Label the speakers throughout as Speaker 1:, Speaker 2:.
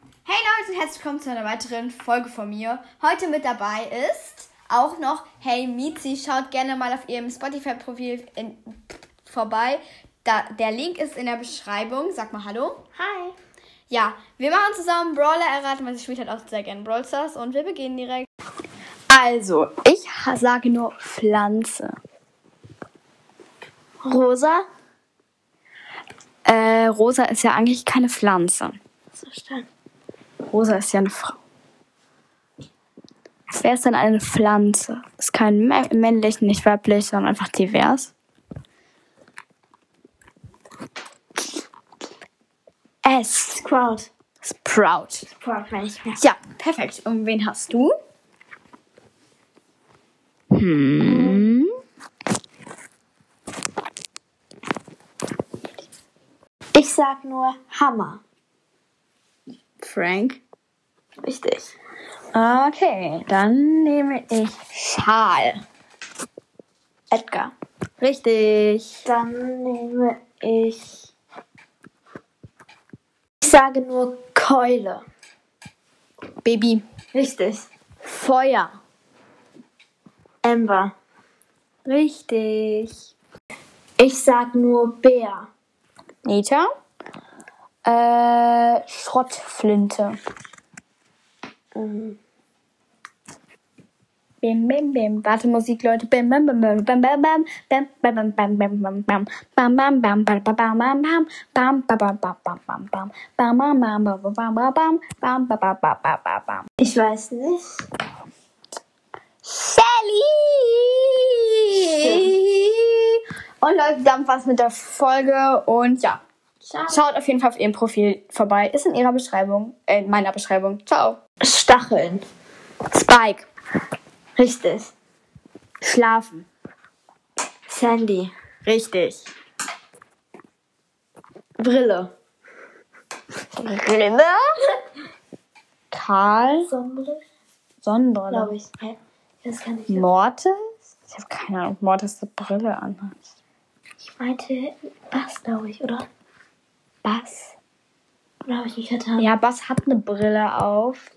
Speaker 1: Leute, und herzlich willkommen zu einer weiteren Folge von mir. Heute mit dabei ist auch noch Hey Mizi. Schaut gerne mal auf ihrem Spotify-Profil in- vorbei. Da, der Link ist in der Beschreibung. Sag mal Hallo.
Speaker 2: Hi.
Speaker 1: Ja, wir machen zusammen Brawler erraten, weil sie spielt halt auch sehr gerne Brawl Stars und wir beginnen direkt. Also, ich sage nur Pflanze.
Speaker 2: Rosa?
Speaker 3: Äh, Rosa ist ja eigentlich keine Pflanze.
Speaker 2: Verstanden.
Speaker 3: Rosa ist ja eine Frau. Wer ist denn eine Pflanze? Ist kein mä- männlich, nicht weiblich, sondern einfach divers. S.
Speaker 2: Sprout.
Speaker 3: Sprout.
Speaker 2: Sprout meine ich mehr.
Speaker 3: Ja, perfekt. Und wen hast du? Hm.
Speaker 2: Ich sag nur Hammer.
Speaker 3: Frank.
Speaker 2: Richtig.
Speaker 3: Okay, dann nehme ich Schal.
Speaker 2: Edgar.
Speaker 3: Richtig.
Speaker 2: Dann nehme ich. Ich sage nur Keule.
Speaker 3: Baby.
Speaker 2: Richtig.
Speaker 3: Feuer.
Speaker 2: Amber.
Speaker 3: Richtig.
Speaker 2: Ich sag nur Bär.
Speaker 3: Nita? Äh, Schrottflinte.
Speaker 2: Ähm,
Speaker 3: Bim, bim, bim. Warte, Musik, Leute. Bim, bim, bim, bim, bim, bam, bam. Bim, bam, bam, bam, bam, bam, bam. Bam, bam, bam, bam, bam, bam, bam. Bam, bam, bam, bam, bam, bam, bam. Bam, bam, bam, bam, bam, bam, bam, bam. Bam, bam, bam, bam, bam, bam, bam.
Speaker 2: Ich weiß nicht.
Speaker 1: Sally! Und Leute, dann war's mit der Folge und ja.
Speaker 2: Ciao.
Speaker 1: Schaut auf jeden Fall auf ihrem Profil vorbei. Ist in ihrer Beschreibung, äh, in meiner Beschreibung. Ciao.
Speaker 2: Stacheln.
Speaker 3: Spike.
Speaker 2: Richtig.
Speaker 3: Schlafen.
Speaker 2: Sandy.
Speaker 3: Richtig.
Speaker 2: Brille.
Speaker 3: Grille. Karl.
Speaker 2: Sonnenbrille,
Speaker 3: Sonnenbrille.
Speaker 2: glaube ich. Hä? Das kann ich.
Speaker 3: Mortis? Ich habe keine Ahnung, ob Mortis eine Brille anhat.
Speaker 2: Ich meinte Bass, glaube ich, oder?
Speaker 3: Bass?
Speaker 2: Oder habe ich nicht getan?
Speaker 3: Ja, Bass hat eine Brille auf.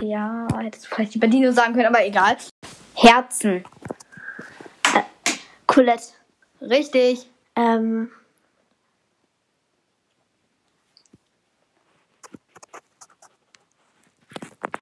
Speaker 3: Ja, hättest du vielleicht lieber Dino sagen können, aber egal. Herzen.
Speaker 2: Colette.
Speaker 3: Richtig.
Speaker 2: Ähm,